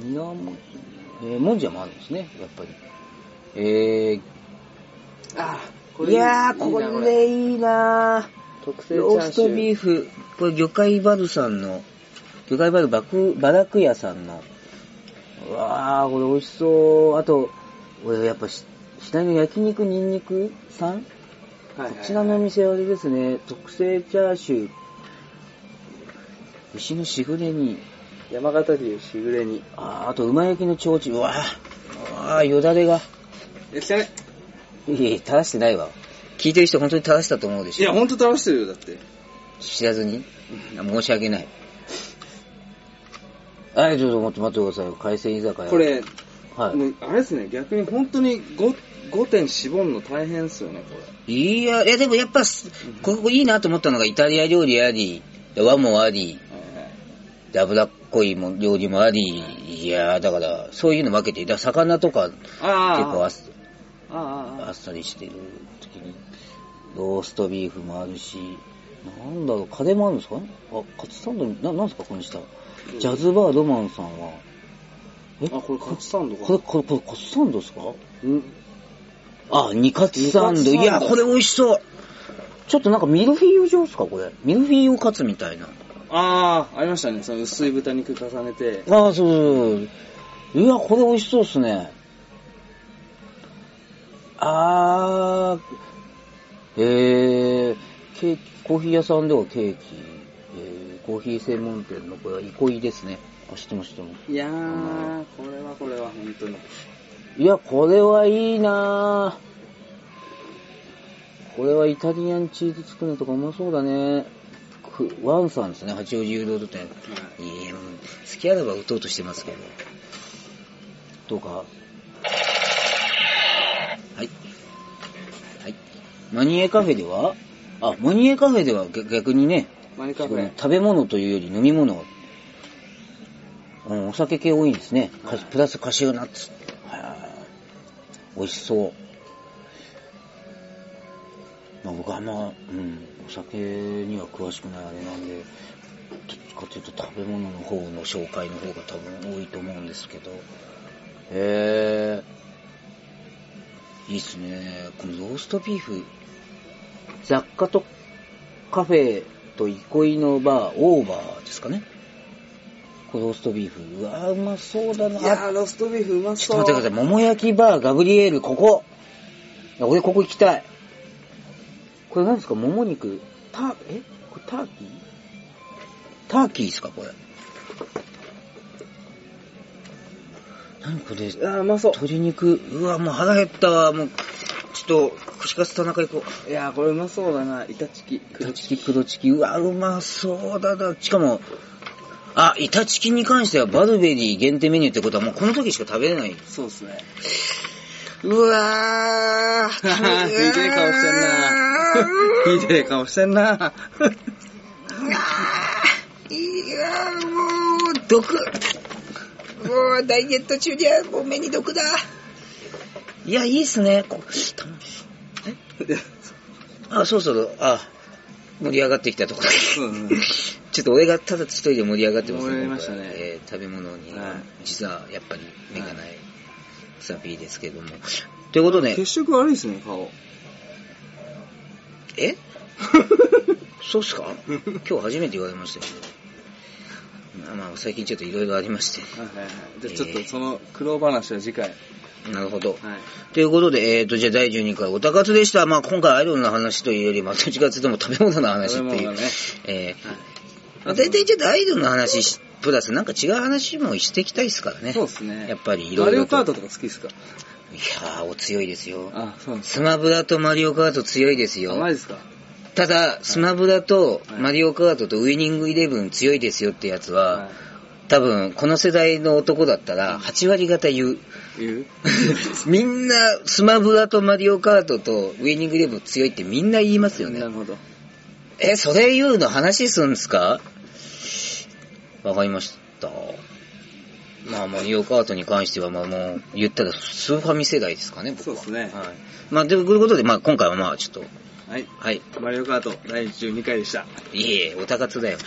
[SPEAKER 1] ニラも、えー、もんじゃもあるんですね、やっぱり。え
[SPEAKER 2] て。あ、こ
[SPEAKER 1] ー、
[SPEAKER 2] れ
[SPEAKER 1] いやー、
[SPEAKER 2] いい
[SPEAKER 1] こ
[SPEAKER 2] なれ
[SPEAKER 1] れいいなー。
[SPEAKER 2] 特製チ
[SPEAKER 1] ロー
[SPEAKER 2] ャー
[SPEAKER 1] ス
[SPEAKER 2] シュ
[SPEAKER 1] ト
[SPEAKER 2] ー。
[SPEAKER 1] ビーフ、これ魚介バルさんの、魚介バルバク、バラク屋さんの。うわー、これ美味しそう。あと、俺やっぱし、下の焼肉ニンニクさん
[SPEAKER 2] はいはい
[SPEAKER 1] こ
[SPEAKER 2] はい
[SPEAKER 1] ちらのお店はあれですね、特製チャーシュー、牛のしぐれに、
[SPEAKER 2] 山形牛しぐれ煮。
[SPEAKER 1] あーあと馬焼きのちょうちん、うわー、うわーよだれが。
[SPEAKER 2] え、汚い。
[SPEAKER 1] いやいや、垂らしてないわ。聞いてる人本当に垂らしたと思うで
[SPEAKER 2] い
[SPEAKER 1] し
[SPEAKER 2] や、
[SPEAKER 1] ょ。
[SPEAKER 2] ほんと倒してるよ、だって。
[SPEAKER 1] 知らずに。あ申し訳ない。はい、ちょっと待って待ってくださいよ。海鮮居酒屋。
[SPEAKER 2] こ。れ、
[SPEAKER 1] は
[SPEAKER 2] もうあれですね、逆に本当に 5, 5点絞るの大変ですよね、これ。
[SPEAKER 1] い。いや、いやでもやっぱ、ここいいなと思ったのがイタリア料理あり、和もあり、で脂っこいも料理もあり、いやーだから、そういうの分けて、だから魚とか結
[SPEAKER 2] あ
[SPEAKER 1] 構あっ
[SPEAKER 2] ああ
[SPEAKER 1] あっさりしてる時に、ローストビーフもあるし、なんだろう、カレーもあるんですかあ、カツサンド、な、なんですかこの下。ジャズバーロマンさんは、え
[SPEAKER 2] あ、これカツサンドか。
[SPEAKER 1] これ、これ、これ、カツサンドですか
[SPEAKER 2] ん
[SPEAKER 1] あ、二カツサンド。
[SPEAKER 2] 二カツサンド
[SPEAKER 1] いや、これ美味しそう。ちょっとなんかミルフィーユ状ですかこれ。ミルフィーユカツみたいな。
[SPEAKER 2] ああ、ありましたね。その薄い豚肉重ねて。
[SPEAKER 1] ああ、そうそうそう。いや、これ美味しそうっすね。あー、えー、ケーキ、コーヒー屋さんではケーキ、えー、コーヒー専門店のこれは憩いですね。あ、知ってます、知ってます。
[SPEAKER 2] いやー、これはこれは本当に。
[SPEAKER 1] いや、これはいいなぁ。これはイタリアンチーズつくねとかうまそうだね。くワンさんですね、八王子誘導店。いや、もう、付き合えば打とうとしてますけど。どうか。はい。はい。マニエカフェではあ、マニエカフェでは逆逆にね、
[SPEAKER 2] マニカフェ。
[SPEAKER 1] 食べ物というより飲み物。うん、お酒系多いんですね。かプラスカシューナッツ。はい。美味しそう。まあ、僕はあんま、うん、お酒には詳しくないあれなんで、どっちかというと食べ物の方の紹介の方が多分多いと思うんですけど。へえ。いいっすね。このローストビーフ。雑貨とカフェと憩いのバー、オーバーですかね。これローストビーフ。うわー、うまそうだな。
[SPEAKER 2] いやー、ローストビーフうま
[SPEAKER 1] ち
[SPEAKER 2] そう。
[SPEAKER 1] ょっと待ってください。桃焼きバー、ガブリエール、ここ。いや俺、ここ行きたい。これ何ですか桃肉。タ、えこれターキーターキーですか、これ。何これ、
[SPEAKER 2] あー、うまそう。
[SPEAKER 1] 鶏肉。うわ、もう腹減ったわ。もう、ちょっと、串カツ田中行こう。
[SPEAKER 2] いやー、これうまそうだな。イタチキ。
[SPEAKER 1] イタチキ、黒チキ。うわ、うまそうだな。しかも、あ、イタチキに関してはバルベリー限定メニューってことはもうこの時しか食べれない。
[SPEAKER 2] そうっすね。
[SPEAKER 1] うわー。
[SPEAKER 2] ひでえ顔してんな。 ひでえ顔してんな。
[SPEAKER 1] うわーいやーもう、毒。もう、ダイエット中にはもう目に毒だ。いや、いいっすね。こあ、そうそう、あ、盛り上がってきたところ。
[SPEAKER 2] うんうん
[SPEAKER 1] ちょっと俺がただ一人で盛り上がってます
[SPEAKER 2] 盛り上がりましたね
[SPEAKER 1] 僕はえー食べ物に、
[SPEAKER 2] はい
[SPEAKER 1] 実はやっぱり目がない、サピーですけども。ということで
[SPEAKER 2] 血、色悪いですね、顔。
[SPEAKER 1] えそうっす か今日初めて言われましたよね。まあ、最近ちょっといろいろありまして。
[SPEAKER 2] はいはいはい。じゃあちょっとその苦労話は次回。
[SPEAKER 1] なるほど。
[SPEAKER 2] はい。
[SPEAKER 1] ということで、えーと、じゃあ第12回おたかつでした。まあ、今回アイドルの話というより、まあ、どっちかというともう食べ物の話って
[SPEAKER 2] 食べ
[SPEAKER 1] いう。
[SPEAKER 2] 物ね
[SPEAKER 1] えーまあ、
[SPEAKER 2] はい
[SPEAKER 1] 大体ちょっとアイドルの話し、プラスなんか違う話もしていきたいですからね。
[SPEAKER 2] そうですね。
[SPEAKER 1] やっぱりいろ
[SPEAKER 2] マ
[SPEAKER 1] い
[SPEAKER 2] リ
[SPEAKER 1] ろ
[SPEAKER 2] オ
[SPEAKER 1] と。
[SPEAKER 2] カートとか好きですか
[SPEAKER 1] いやー、お強いですよ。
[SPEAKER 2] あ、そうなんです
[SPEAKER 1] スマブラとマリオカート強いです
[SPEAKER 2] か。甘い
[SPEAKER 1] よ。
[SPEAKER 2] ですか
[SPEAKER 1] ただ、スマブラと
[SPEAKER 2] はい
[SPEAKER 1] マリオカートとウイニングイレブン強いですよってやつは、
[SPEAKER 2] は
[SPEAKER 1] 多分、この世代の男だったら、8割方言う。
[SPEAKER 2] い。言う
[SPEAKER 1] みんな、スマブラとマリオカートとウイニングイレブン強いってみんな言いますよね
[SPEAKER 2] な。るほど。
[SPEAKER 1] え、それ言うの話すんすかわかりました。まあ、マリオカートに関しては、まあもう、言ったらスーファミ世代ですかね、僕は。
[SPEAKER 2] そうですね
[SPEAKER 1] はい。まあ、ということで、まあ今回はまあちょっと、
[SPEAKER 2] はい。
[SPEAKER 1] はい。
[SPEAKER 2] マリオカート第12回でした。
[SPEAKER 1] いえいえ、おたかつだよ。